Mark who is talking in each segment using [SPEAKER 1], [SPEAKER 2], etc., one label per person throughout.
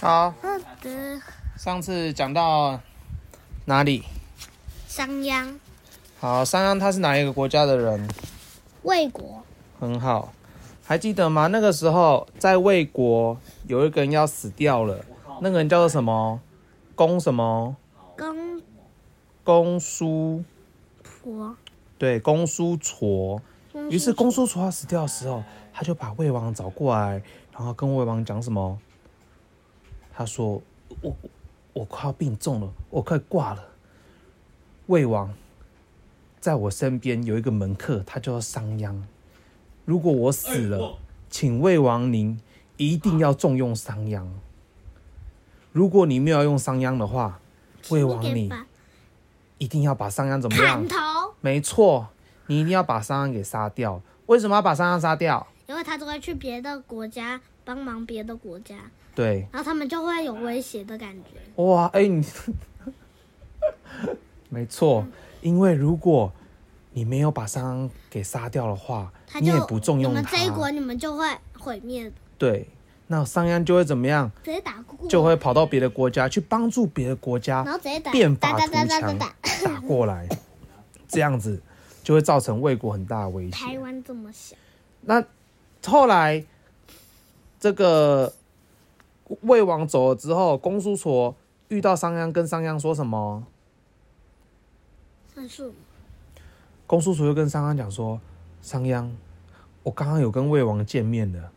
[SPEAKER 1] 好，
[SPEAKER 2] 好的，
[SPEAKER 1] 上次讲到哪里？
[SPEAKER 2] 商鞅、
[SPEAKER 1] 好，商鞅他是哪一个国家的人？
[SPEAKER 2] 魏国、
[SPEAKER 1] 很好，还记得吗？那个时候在魏国有一个人要死掉了，那个人叫做什么？公什么？
[SPEAKER 2] 公
[SPEAKER 1] 公叔，
[SPEAKER 2] 婆。
[SPEAKER 1] 对，公叔痤。
[SPEAKER 2] 公
[SPEAKER 1] 于是
[SPEAKER 2] 叔
[SPEAKER 1] 公叔痤要死掉的时候，他就把魏王找过来，然后跟魏王讲什么？他说：“我我我快要病重了，我快挂了。魏王在我身边有一个门客，他叫商鞅。如果我死了，请魏王您一定要重用商鞅。如果你没有用商鞅的话，魏王
[SPEAKER 2] 一点
[SPEAKER 1] 你
[SPEAKER 2] 吧
[SPEAKER 1] 一定要把商鞅怎么样
[SPEAKER 2] 砍？头，
[SPEAKER 1] 没错，你一定要把商鞅给杀掉。为什么要把商鞅杀掉？
[SPEAKER 2] 因为他都会去别的国家帮忙别的国家，
[SPEAKER 1] 对，
[SPEAKER 2] 然后他们就会有威胁的感觉。
[SPEAKER 1] 哇，哎、你， 没错，因为如果你没有把商鞅给杀掉的话，
[SPEAKER 2] 他
[SPEAKER 1] 你
[SPEAKER 2] 就
[SPEAKER 1] 也不重用
[SPEAKER 2] 你们
[SPEAKER 1] 他
[SPEAKER 2] 这，一国你们就会毁灭，
[SPEAKER 1] 对，那商鞅就会怎么样？
[SPEAKER 2] 直接打过，
[SPEAKER 1] 就会跑到别的国家去帮助别的国家
[SPEAKER 2] 然后直接打
[SPEAKER 1] 变
[SPEAKER 2] 打
[SPEAKER 1] 法
[SPEAKER 2] 打
[SPEAKER 1] 图
[SPEAKER 2] 打打打
[SPEAKER 1] 强
[SPEAKER 2] 打。
[SPEAKER 1] 打过来，这样子就会造成魏国很大的威胁。
[SPEAKER 2] 台湾这么小，
[SPEAKER 1] 那后来这个魏王走了之后，公叔痤遇到商鞅，跟商鞅说什么？
[SPEAKER 2] 算数吗
[SPEAKER 1] 公叔痤就跟商鞅讲说：“商鞅，我刚刚有跟魏王见面了，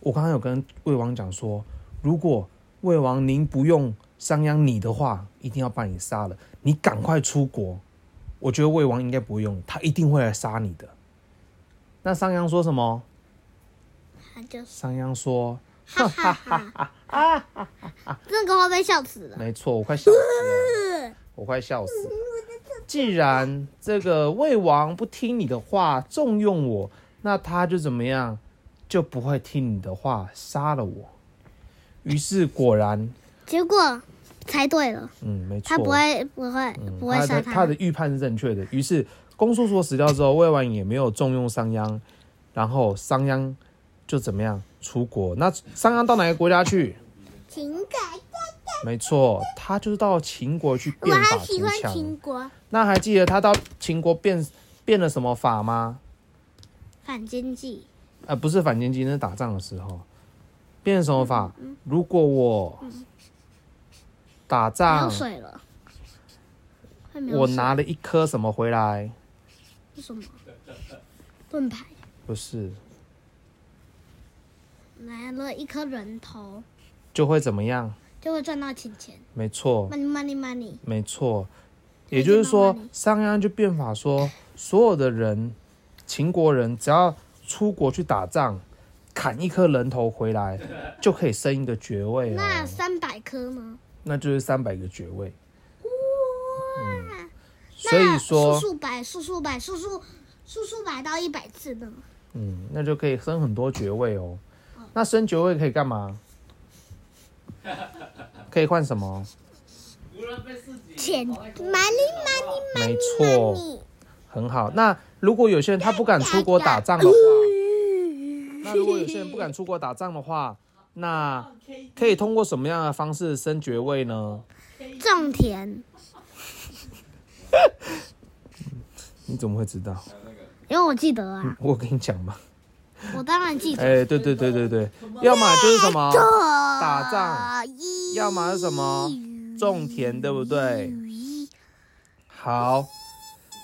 [SPEAKER 1] 我刚刚有跟魏王讲说，如果魏王您不用商鞅你的话，一定要把你杀了，你赶快出国。我觉得魏王应该不会用你，他一定会来杀你的。”那商鞅说什么？
[SPEAKER 2] 他就是
[SPEAKER 1] 商鞅说：“
[SPEAKER 2] 哈哈哈哈，那个会被笑死了。
[SPEAKER 1] 没错，我快笑死了，我快笑死了。既然这个魏王不听你的话，重用我，那他就怎么样，就不会听你的话，杀了我。于是果然，
[SPEAKER 2] 结果猜对了，
[SPEAKER 1] 嗯，没错，
[SPEAKER 2] 他不会不会不会
[SPEAKER 1] 他
[SPEAKER 2] 杀
[SPEAKER 1] 的他的预判是正确的。于是公叔痤死掉之后，魏王也没有重用商鞅，然后商鞅就怎么样出国？那商鞅到哪个国家去？
[SPEAKER 2] 情感，
[SPEAKER 1] 没错，他就是到秦国去
[SPEAKER 2] 我
[SPEAKER 1] 变法
[SPEAKER 2] 好
[SPEAKER 1] 图
[SPEAKER 2] 喜欢
[SPEAKER 1] 强。
[SPEAKER 2] 秦国
[SPEAKER 1] 那还记得他到秦国变变了什么法吗？
[SPEAKER 2] 反经济，
[SPEAKER 1] 呃，不是反间计，那是打仗的时候变了什么法？如果我打
[SPEAKER 2] 没有
[SPEAKER 1] 仗，
[SPEAKER 2] 水了，会没有
[SPEAKER 1] 我
[SPEAKER 2] 水
[SPEAKER 1] 拿了一颗什么回来？
[SPEAKER 2] 是什么？盾牌
[SPEAKER 1] 不是，
[SPEAKER 2] 拿了一颗人头，
[SPEAKER 1] 就会怎么样？
[SPEAKER 2] 就会赚到钱钱
[SPEAKER 1] 没错，
[SPEAKER 2] ，money money money。
[SPEAKER 1] 没错。
[SPEAKER 2] 那
[SPEAKER 1] 也就是
[SPEAKER 2] 就
[SPEAKER 1] 说
[SPEAKER 2] 慢慢，
[SPEAKER 1] 商鞅就变法说，所有的人，秦国人只要出国去打仗，砍一颗人头回来，就可以升一个爵位哦。
[SPEAKER 2] 那三百颗呢？
[SPEAKER 1] 那就是三百个爵位。
[SPEAKER 2] 哇，
[SPEAKER 1] 嗯所以说，
[SPEAKER 2] 数数百、数数百、数数数数百到一百次呢？
[SPEAKER 1] 嗯，那就可以升很多爵位哦。那升爵位可以干嘛？可以换什么？
[SPEAKER 2] 钱，money money
[SPEAKER 1] 没错，
[SPEAKER 2] money。
[SPEAKER 1] 很好。那如果有些人他不敢出国打仗的话，那如果有些人不敢出国打仗的话，那可以通过什么样的方式升爵位呢？
[SPEAKER 2] 种田，
[SPEAKER 1] 你怎么会知道？
[SPEAKER 2] 因为我记得啊，
[SPEAKER 1] 我跟你讲嘛，
[SPEAKER 2] 我当然记得。
[SPEAKER 1] 哎，对对对对对，要么就是什么打仗，
[SPEAKER 2] 一
[SPEAKER 1] 要么是什么种田，对不对？好，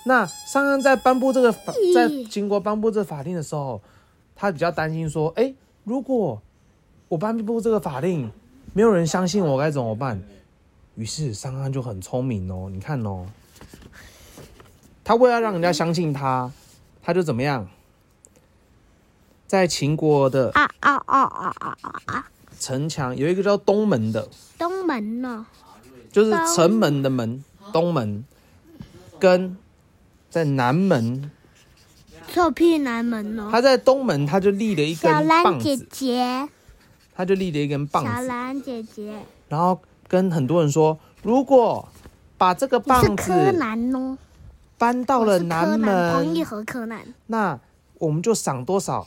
[SPEAKER 1] 那商鞅在颁布这个法，在秦国颁布这个法令的时候，他比较担心说，哎、如果我颁布这个法令，没有人相信我该怎么办？于是商鞅就很聪明哦，你看哦，他为了让人家相信他，他就怎么样，在秦国的
[SPEAKER 2] 啊啊啊啊啊啊啊！
[SPEAKER 1] 城墙有一个叫东门的，
[SPEAKER 2] 东门哦呢？
[SPEAKER 1] 就是城门的门，东门，跟在南门
[SPEAKER 2] 臭屁南门呢？
[SPEAKER 1] 他在东门，他就立了一根
[SPEAKER 2] 小
[SPEAKER 1] 棒
[SPEAKER 2] 兰姐
[SPEAKER 1] 子，
[SPEAKER 2] 姐，
[SPEAKER 1] 他就立了一根棒
[SPEAKER 2] 小
[SPEAKER 1] 子，
[SPEAKER 2] 兰姐姐，
[SPEAKER 1] 然后跟很多人说，如果把这个
[SPEAKER 2] 你是
[SPEAKER 1] 棒
[SPEAKER 2] 柯
[SPEAKER 1] 子
[SPEAKER 2] 南哦，
[SPEAKER 1] 搬到
[SPEAKER 2] 我
[SPEAKER 1] 了
[SPEAKER 2] 是柯
[SPEAKER 1] 南
[SPEAKER 2] 南，彭一
[SPEAKER 1] 门，
[SPEAKER 2] 和柯南，
[SPEAKER 1] 那我们就赏多少？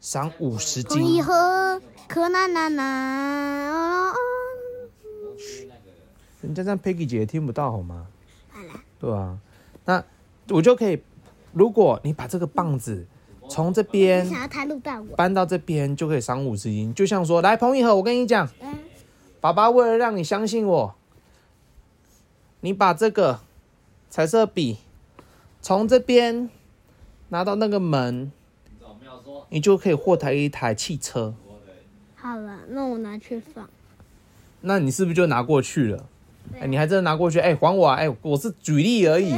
[SPEAKER 1] 赏五十
[SPEAKER 2] 彭一
[SPEAKER 1] 金，
[SPEAKER 2] 和可那那那哦，
[SPEAKER 1] 人家这样 Peggy 姐也听不到好吗？
[SPEAKER 2] 好啦，
[SPEAKER 1] 对啊，那我就可以，如果你把这个棒子从这边
[SPEAKER 2] 你想要他录到我？
[SPEAKER 1] 搬到这边，就可以赏五十音。就像说，来彭一和，我跟你讲，
[SPEAKER 2] 嗯，
[SPEAKER 1] 爸爸为了让你相信我，你把这个彩色笔从这边拿到那个门，你就可以获得一台汽车。
[SPEAKER 2] 好了，那我拿去放。
[SPEAKER 1] 那你是不是就拿过去了？哎、你还真的拿过去？哎、还我啊！哎、我是举例而已。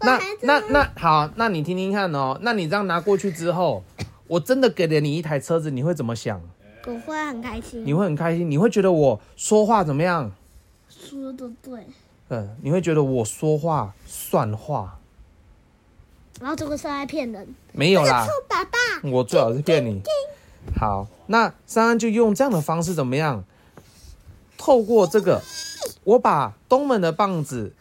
[SPEAKER 1] 那那那好，那你听听看哦。那你这样拿过去之后，我真的给了你一台车子，你会怎么想？
[SPEAKER 2] 我会很开心。
[SPEAKER 1] 你会很开心，你会觉得我说话怎么样？
[SPEAKER 2] 说的对，
[SPEAKER 1] 嗯，你会觉得我说话算话
[SPEAKER 2] 然后这个是在骗人。
[SPEAKER 1] 没有啦
[SPEAKER 2] 臭？爸爸，
[SPEAKER 1] 我最好是骗你。好，那珊珊就用这样的方式怎么样？透过这个，我把东门的棒子，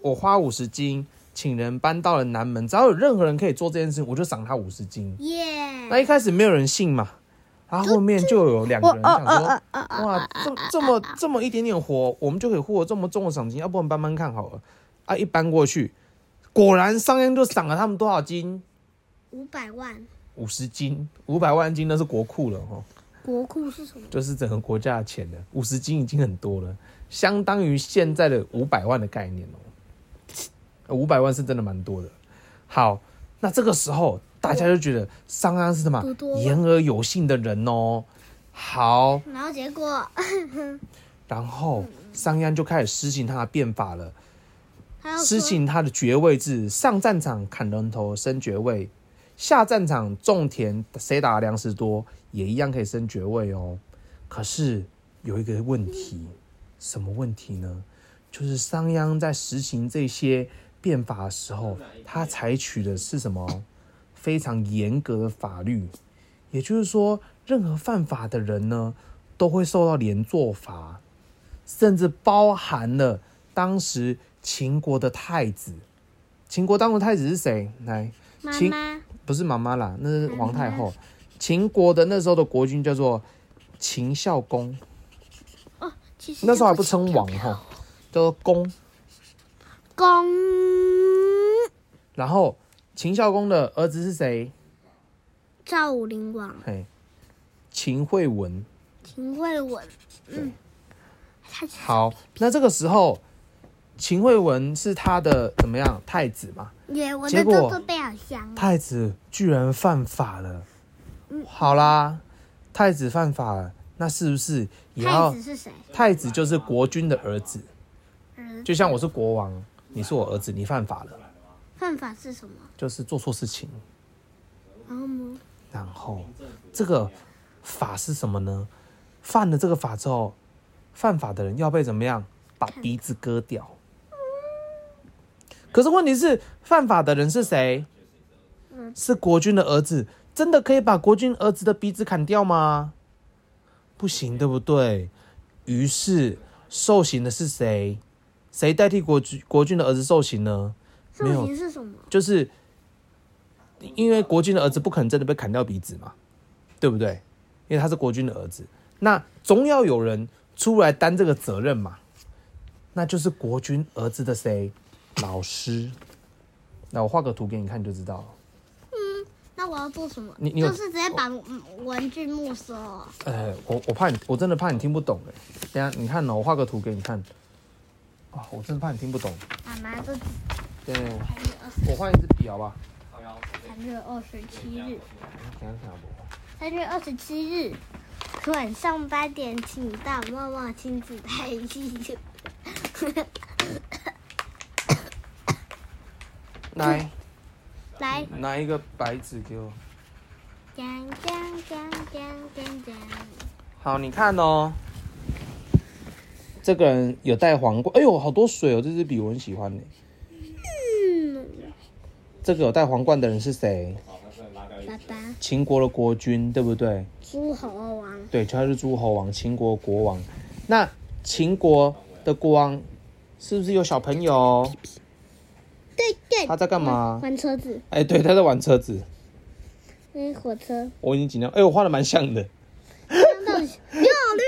[SPEAKER 1] 我花五十斤，请人搬到了南门。只要有任何人可以做这件事，我就赏他五十斤。
[SPEAKER 2] 耶！
[SPEAKER 1] 那一开始没有人信嘛，然后后面就有两个人想说，
[SPEAKER 2] 啊
[SPEAKER 1] 哇，这这么这么一点点火，我们就可以获得这么重的赏金，要不我们搬搬看好了。啊，一搬过去，果然商鞅就赏了他们多少斤？
[SPEAKER 2] 五百万
[SPEAKER 1] 五十斤，五百万斤那是国库了哦，
[SPEAKER 2] 国库是什么？
[SPEAKER 1] 就是整个国家的钱了。五十斤已经很多了，相当于现在的五百万的概念哦。五百万是真的蛮多的。好，那这个时候大家就觉得商鞅是什么
[SPEAKER 2] 多多
[SPEAKER 1] 言而有信的人哦。好，
[SPEAKER 2] 然后结果
[SPEAKER 1] 然后商鞅就开始施行他的变法了，
[SPEAKER 2] 还有
[SPEAKER 1] 施行他的爵位制，上战场砍人头升爵位，下战场种田谁打粮食多也一样可以升爵位哦。可是有一个问题，什么问题呢？就是商鞅在实行这些变法的时候，他采取的是什么非常严格的法律，也就是说，任何犯法的人呢，都会受到连坐法，甚至包含了当时秦国的太子。秦国当国太子是谁？来，
[SPEAKER 2] 妈
[SPEAKER 1] 请
[SPEAKER 2] 妈
[SPEAKER 1] 不是妈妈啦，那是皇太后。秦国的那时候的国君叫做秦孝公，
[SPEAKER 2] 哦，其实
[SPEAKER 1] 那时候还不称王
[SPEAKER 2] 就是
[SPEAKER 1] 哈，叫做公。
[SPEAKER 2] 公
[SPEAKER 1] 然后秦孝公的儿子是谁？
[SPEAKER 2] 赵武灵王
[SPEAKER 1] 嘿，秦惠文。
[SPEAKER 2] 秦惠文，嗯，他
[SPEAKER 1] 好，那这个时候秦惠文是他的怎么样太子嘛？
[SPEAKER 2] 耶，我
[SPEAKER 1] 结
[SPEAKER 2] 的
[SPEAKER 1] 果
[SPEAKER 2] 豆豆被好香哦，
[SPEAKER 1] 太子居然犯法了。好啦，太子犯法了，那是不是也
[SPEAKER 2] 太
[SPEAKER 1] 要
[SPEAKER 2] 子是谁？
[SPEAKER 1] 太子就是国君的儿子？
[SPEAKER 2] 儿
[SPEAKER 1] 就像我是国王，你是我儿子，你犯法了，
[SPEAKER 2] 犯法是什么？
[SPEAKER 1] 就是做错事情。
[SPEAKER 2] 然后呢？
[SPEAKER 1] 然后这个法是什么呢？犯了这个法之后，犯法的人要被怎么样？把鼻子割掉。可是问题是，犯法的人是谁？是国君的儿子，真的可以把国君儿子的鼻子砍掉吗？不行，对不对？于是受刑的是谁？谁代替国君国君的儿子受刑呢？
[SPEAKER 2] 受
[SPEAKER 1] 没有
[SPEAKER 2] 刑是什么？
[SPEAKER 1] 就是因为国君的儿子不可能真的被砍掉鼻子嘛，对不对？因为他是国君的儿子，那总要有人出来担这个责任嘛，那就是国君儿子的谁？老师。那我画个图给你看就知道了。
[SPEAKER 2] 那我要做什么？
[SPEAKER 1] 你你有
[SPEAKER 2] 就是直接把嗯文具没收哦。
[SPEAKER 1] 呃，我我怕你，我真的怕你听不懂哎。等一下你看哦，我画个图给你看。啊、我真的怕你听不懂。
[SPEAKER 2] 妈妈，这
[SPEAKER 1] 对，
[SPEAKER 2] 才是二十，
[SPEAKER 1] 我换一支笔好不好？
[SPEAKER 2] 三月二十七日，
[SPEAKER 1] 等一下看我画。
[SPEAKER 2] 三月二十七日晚上八点，请到旺旺亲子台戏。
[SPEAKER 1] 来，
[SPEAKER 2] 来，
[SPEAKER 1] 拿一个白纸给我。
[SPEAKER 2] 讲讲讲讲讲讲，
[SPEAKER 1] 好，你看哦，这个人有戴皇冠，哎呦，好多水哦，这支笔我很喜欢呢。
[SPEAKER 2] 嗯，
[SPEAKER 1] 这个有戴皇冠的人是谁？
[SPEAKER 2] 爸爸，
[SPEAKER 1] 秦国的国君，对不对？
[SPEAKER 2] 诸侯王，
[SPEAKER 1] 对，他是诸侯王，秦国国王。那秦国的国王是不是有小朋友？
[SPEAKER 2] 对对，
[SPEAKER 1] 他在干嘛？
[SPEAKER 2] 玩车子，
[SPEAKER 1] 哎，对，他在玩车子。
[SPEAKER 2] 嗯，火车，
[SPEAKER 1] 我已经尽量，哎，我画的蛮像的。
[SPEAKER 2] 看到用绿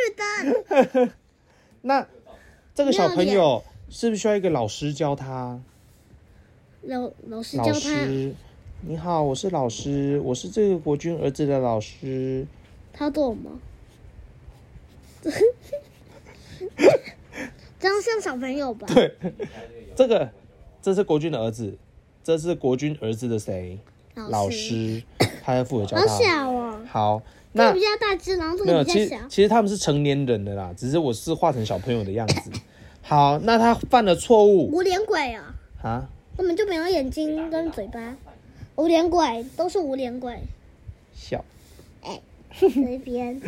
[SPEAKER 2] 灯，
[SPEAKER 1] 那这个小朋友是不是需要一个老师教他？
[SPEAKER 2] 老老师
[SPEAKER 1] 老
[SPEAKER 2] 教他，
[SPEAKER 1] 师，你好，我是老师，我是这个国军儿子的老师。
[SPEAKER 2] 他做什么？ 这样像小朋友吧？
[SPEAKER 1] 对，这个这是国军的儿子，这是国军儿子的谁？老
[SPEAKER 2] 师，
[SPEAKER 1] 师，他在负责教
[SPEAKER 2] 好
[SPEAKER 1] 他。
[SPEAKER 2] 小哦，
[SPEAKER 1] 好，
[SPEAKER 2] 这个
[SPEAKER 1] 那
[SPEAKER 2] 比较大只，然后这
[SPEAKER 1] 没有，
[SPEAKER 2] 个比
[SPEAKER 1] 其
[SPEAKER 2] 较
[SPEAKER 1] 实
[SPEAKER 2] 小。
[SPEAKER 1] 其实他们是成年人的啦，只是我是画成小朋友的样子。好，那他犯了错误
[SPEAKER 2] 无脸鬼啊，
[SPEAKER 1] 啊？
[SPEAKER 2] 根本就没有眼睛跟嘴巴，无脸鬼都是无脸鬼，
[SPEAKER 1] 笑
[SPEAKER 2] 随便，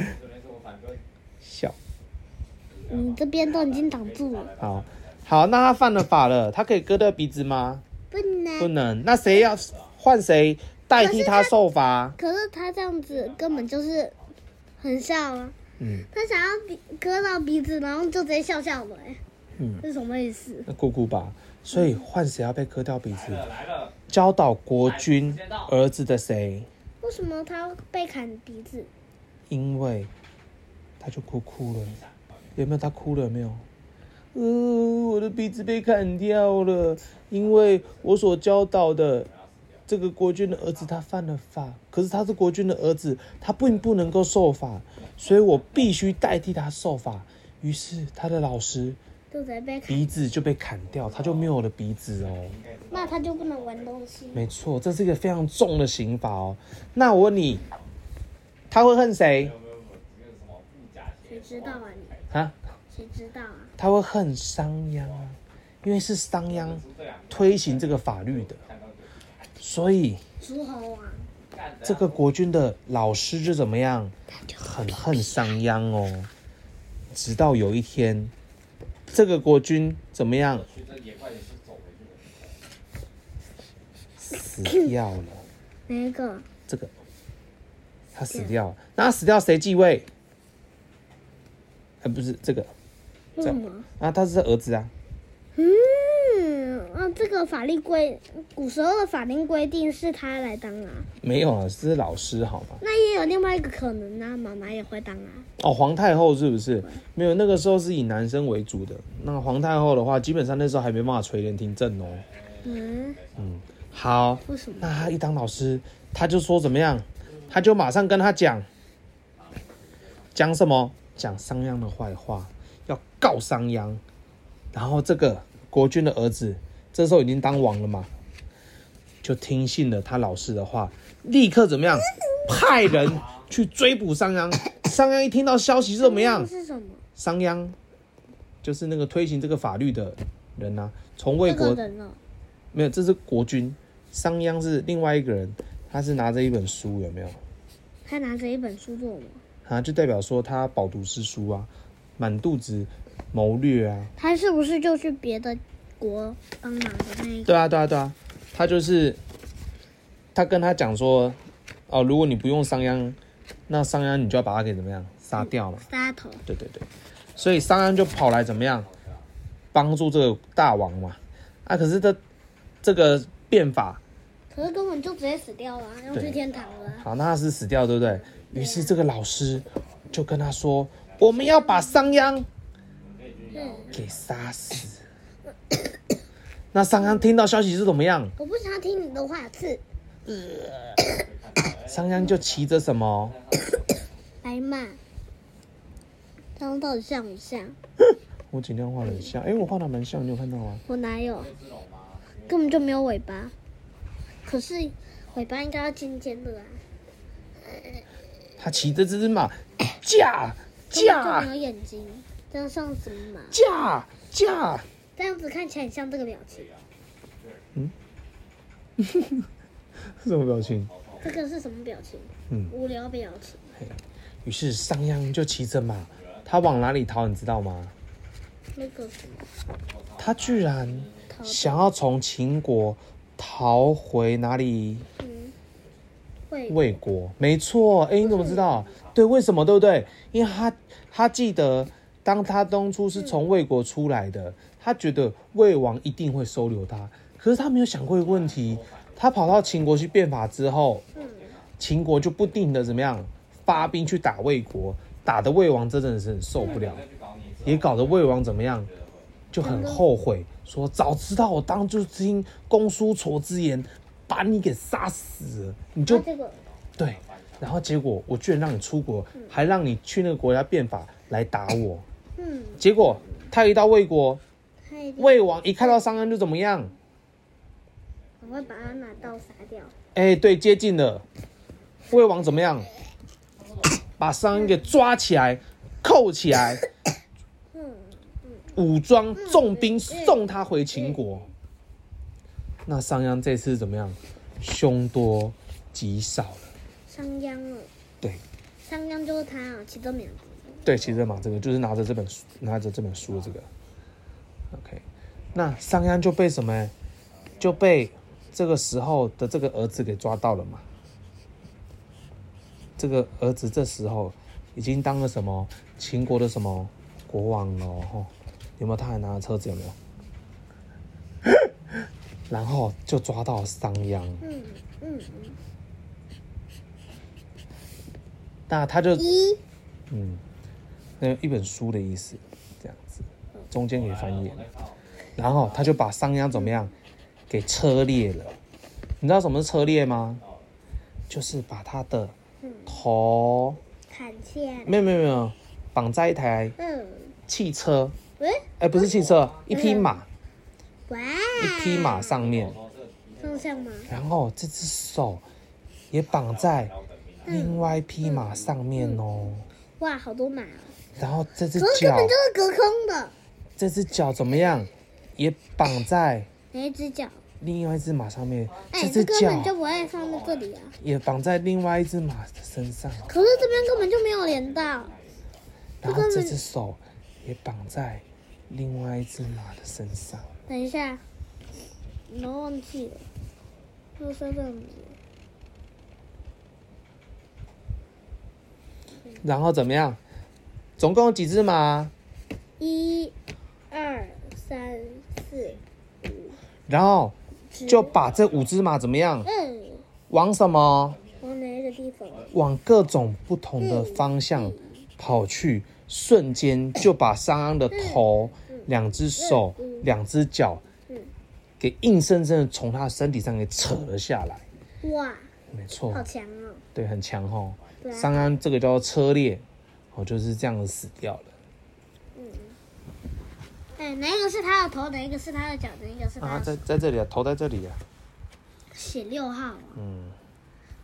[SPEAKER 1] 笑，
[SPEAKER 2] 你这边都已经挡住了，
[SPEAKER 1] 好好，那他犯了法了，他可以割掉鼻子吗？
[SPEAKER 2] 不能啊
[SPEAKER 1] 不。能。那谁要换谁代替他受罚？
[SPEAKER 2] 可是他这样子根本就是很笑啊，
[SPEAKER 1] 嗯
[SPEAKER 2] 他想要鼻割到鼻子，然后就直接笑笑了、欸，
[SPEAKER 1] 嗯，
[SPEAKER 2] 是什么意思？
[SPEAKER 1] 那姑姑吧。所以换谁要被割掉鼻子？
[SPEAKER 3] 来了，
[SPEAKER 1] 教导国军儿子的谁？
[SPEAKER 2] 为什么他被砍鼻子？
[SPEAKER 1] 因为他就哭哭了，有没有？他哭了有没有？呃，我的鼻子被砍掉了，因为我所教导的这个国君的儿子他犯了法，可是他是国君的儿子，他并不能够受罚，所以我必须代替他受罚。于是他的老师
[SPEAKER 2] 就直接被砍，
[SPEAKER 1] 鼻子就被砍掉，他就没有了鼻子哦。
[SPEAKER 2] 那他就不能玩东西。
[SPEAKER 1] 没错，这是一个非常重的刑罚哦。那我问你，他会恨谁
[SPEAKER 2] 谁知道啊你？
[SPEAKER 1] 啊？
[SPEAKER 2] 谁知道啊？
[SPEAKER 1] 他会恨商鞅啊，因为是商鞅推行这个法律的，所以
[SPEAKER 2] 诸侯王，
[SPEAKER 1] 这个国君的老师就怎么样，很恨商鞅哦。直到有一天，这个国君怎么样
[SPEAKER 3] 去这野怪也是走回去了。
[SPEAKER 1] 死掉了，
[SPEAKER 2] 哪一个？
[SPEAKER 1] 这个他死掉了，那他死掉谁继位？呃，不是这个，
[SPEAKER 2] 为什么？
[SPEAKER 1] 啊，他是儿子啊，
[SPEAKER 2] 嗯，啊，这个法律规，古时候的法令规定是他来当啊。
[SPEAKER 1] 没有啊，是老师好吗？
[SPEAKER 2] 那也有另外一个可能啊，妈妈也会当啊。
[SPEAKER 1] 哦，皇太后是不是？没有，那个时候是以男生为主的。那皇太后的话，基本上那时候还没办法垂帘听政哦。
[SPEAKER 2] 嗯，
[SPEAKER 1] 好，
[SPEAKER 2] 为什么？
[SPEAKER 1] 那他一当老师，他就说怎么样？他就马上跟他讲，讲什么？讲商鞅的坏话，要告商鞅。然后这个国君的儿子，这时候已经当王了嘛，就听信了他老师的话，立刻怎么样？派人去追捕商鞅。商鞅一听到消息是怎么样？
[SPEAKER 2] 是什么？
[SPEAKER 1] 商鞅就是那个推行这个法律的人呐、从魏
[SPEAKER 2] 这
[SPEAKER 1] 国
[SPEAKER 2] 个人哦，
[SPEAKER 1] 没有，这是国君，商鞅是另外一个人，他是拿着一本书，有没有？
[SPEAKER 2] 他拿着一本书做什么？
[SPEAKER 1] 啊，就代表说他饱读诗书啊，满肚子谋略啊，
[SPEAKER 2] 他是不是就去别的国帮忙的那一个？
[SPEAKER 1] 对啊，对啊，对啊，他就是他跟他讲说，哦，如果你不用商鞅，那商鞅你就要把他给怎么样杀掉嘛，
[SPEAKER 2] 杀头，
[SPEAKER 1] 对对对，所以商鞅就跑来怎么样，帮助这个大王嘛，啊，可是这这个变法
[SPEAKER 2] 可是根本就直接死掉了啊，要去天堂了啊。
[SPEAKER 1] 好，那他是死掉，对不对？于是这个老师就跟他说：“我们要把商鞅
[SPEAKER 2] 嗯，
[SPEAKER 1] 给杀死。”那商鞅听到消息是怎么样？
[SPEAKER 2] 我不想要听你的话，刺
[SPEAKER 1] 商鞅就骑着什么？
[SPEAKER 2] 白马，这样到底像不像？
[SPEAKER 1] 我尽量画的很像，哎、我画的蛮像，你有看到吗？
[SPEAKER 2] 我哪有？根本就没有尾巴，可是尾巴应该要尖尖的啊，
[SPEAKER 1] 他骑着这只马，驾
[SPEAKER 2] 根本就
[SPEAKER 1] 驾
[SPEAKER 2] 没有眼睛，这样像什么马？
[SPEAKER 1] 驾驾，
[SPEAKER 2] 这样子看起来很像这个表情，
[SPEAKER 1] 什么表情？
[SPEAKER 2] 这个是什么表情？
[SPEAKER 1] 嗯
[SPEAKER 2] 无聊表情。
[SPEAKER 1] 于是商鞅就骑着马，他往哪里逃？你知道吗？
[SPEAKER 2] 那个什么，
[SPEAKER 1] 他居然
[SPEAKER 2] 逃
[SPEAKER 1] 想要从秦国逃回哪里？
[SPEAKER 2] 嗯，会
[SPEAKER 1] 魏国，没错。哎、你怎么知道？对，为什么？对不对？因为他他记得，当他当初是从魏国出来的，他觉得魏王一定会收留他，可是他没有想过一个问题，他跑到秦国去变法之后，秦国就不定的怎么样发兵去打魏国，打的魏王真的是很受不了，也搞得魏王怎么样，就很后悔，说早知道我当初听公叔痤之言，把你给杀死了，你就
[SPEAKER 2] 啊这个
[SPEAKER 1] 对，然后结果我居然让你出国，还让你去那个国家变法来打我，
[SPEAKER 2] 嗯，
[SPEAKER 1] 结果他一到魏国，
[SPEAKER 2] 他一定
[SPEAKER 1] 魏王一看到商恩就怎么样？
[SPEAKER 2] 我会把他拿刀杀掉。
[SPEAKER 1] 哎，对，接近了。魏王怎么样？把商恩给抓起来，扣起来，
[SPEAKER 2] 嗯，
[SPEAKER 1] 武装重兵送他回秦国。那商鞅这次怎么样？凶多吉少了。
[SPEAKER 2] 商鞅哦，
[SPEAKER 1] 对，
[SPEAKER 2] 商鞅就是他哦，其中名字。
[SPEAKER 1] 对，骑着马这个就是拿着这本书，拿着这本书的这个。OK，那商鞅就被什么？就被这个时候的这个儿子给抓到了嘛。这个儿子这时候已经当了什么秦国的什么国王了哦，吼有没有？他还拿着车子有没 有？然后就抓到商鞅，
[SPEAKER 2] 嗯嗯，
[SPEAKER 1] 那他就
[SPEAKER 2] 一
[SPEAKER 1] 嗯，那一本书的意思，这样子，中间给翻页，然后他就把商鞅怎么样给车裂了。你知道什么是车裂吗？就是把他的头，
[SPEAKER 2] 砍线。
[SPEAKER 1] 没有没有没有，绑在一台
[SPEAKER 2] 嗯，
[SPEAKER 1] 汽车，
[SPEAKER 2] 喂，
[SPEAKER 1] 哎、不是汽车，一匹马，
[SPEAKER 2] 哇，
[SPEAKER 1] 一匹马上面，
[SPEAKER 2] 上上吗？
[SPEAKER 1] 然后这只手也绑在另外一匹马上面哦，
[SPEAKER 2] 哇，好多马、哦，
[SPEAKER 1] 然后这只
[SPEAKER 2] 可是根
[SPEAKER 1] 脚，
[SPEAKER 2] 本就是隔空的，
[SPEAKER 1] 这只脚怎么样，也绑在。
[SPEAKER 2] 哪一只脚？
[SPEAKER 1] 另外一只马上面，
[SPEAKER 2] 哎、
[SPEAKER 1] 这只
[SPEAKER 2] 这根本就
[SPEAKER 1] 脚
[SPEAKER 2] 不会放在这里啊！
[SPEAKER 1] 也绑在另外一只马的身上，
[SPEAKER 2] 可是这边根本就没有连到，
[SPEAKER 1] 然
[SPEAKER 2] 根
[SPEAKER 1] 后
[SPEAKER 2] 本
[SPEAKER 1] 这只手也绑在另外一只马的身上。
[SPEAKER 2] 等一下，我忘记了，又是这里。
[SPEAKER 1] 然后怎么样？总共有几只马？
[SPEAKER 2] 一、二、三、四、
[SPEAKER 1] 然后
[SPEAKER 2] 只
[SPEAKER 1] 就把这五只马怎么样？
[SPEAKER 2] 嗯，
[SPEAKER 1] 往什么？
[SPEAKER 2] 往哪一个地方？
[SPEAKER 1] 往各种不同的方向跑去，瞬间就把商鞅的头、两只手、两只脚
[SPEAKER 2] 嗯，
[SPEAKER 1] 给硬生生的从他的身体上给扯了下来。
[SPEAKER 2] 哇，
[SPEAKER 1] 没错，
[SPEAKER 2] 好强哦！
[SPEAKER 1] 对，很强吼。
[SPEAKER 2] 对啊
[SPEAKER 1] 商鞅这个叫做车裂，哦，就是这样子死掉了。
[SPEAKER 2] 哎，哪一个是他的头？哪一个是他的脚？哪一个是他
[SPEAKER 1] 啊，
[SPEAKER 2] 的
[SPEAKER 1] 在在这里啊，头在这里啊。
[SPEAKER 2] 写六号啊？
[SPEAKER 1] 嗯，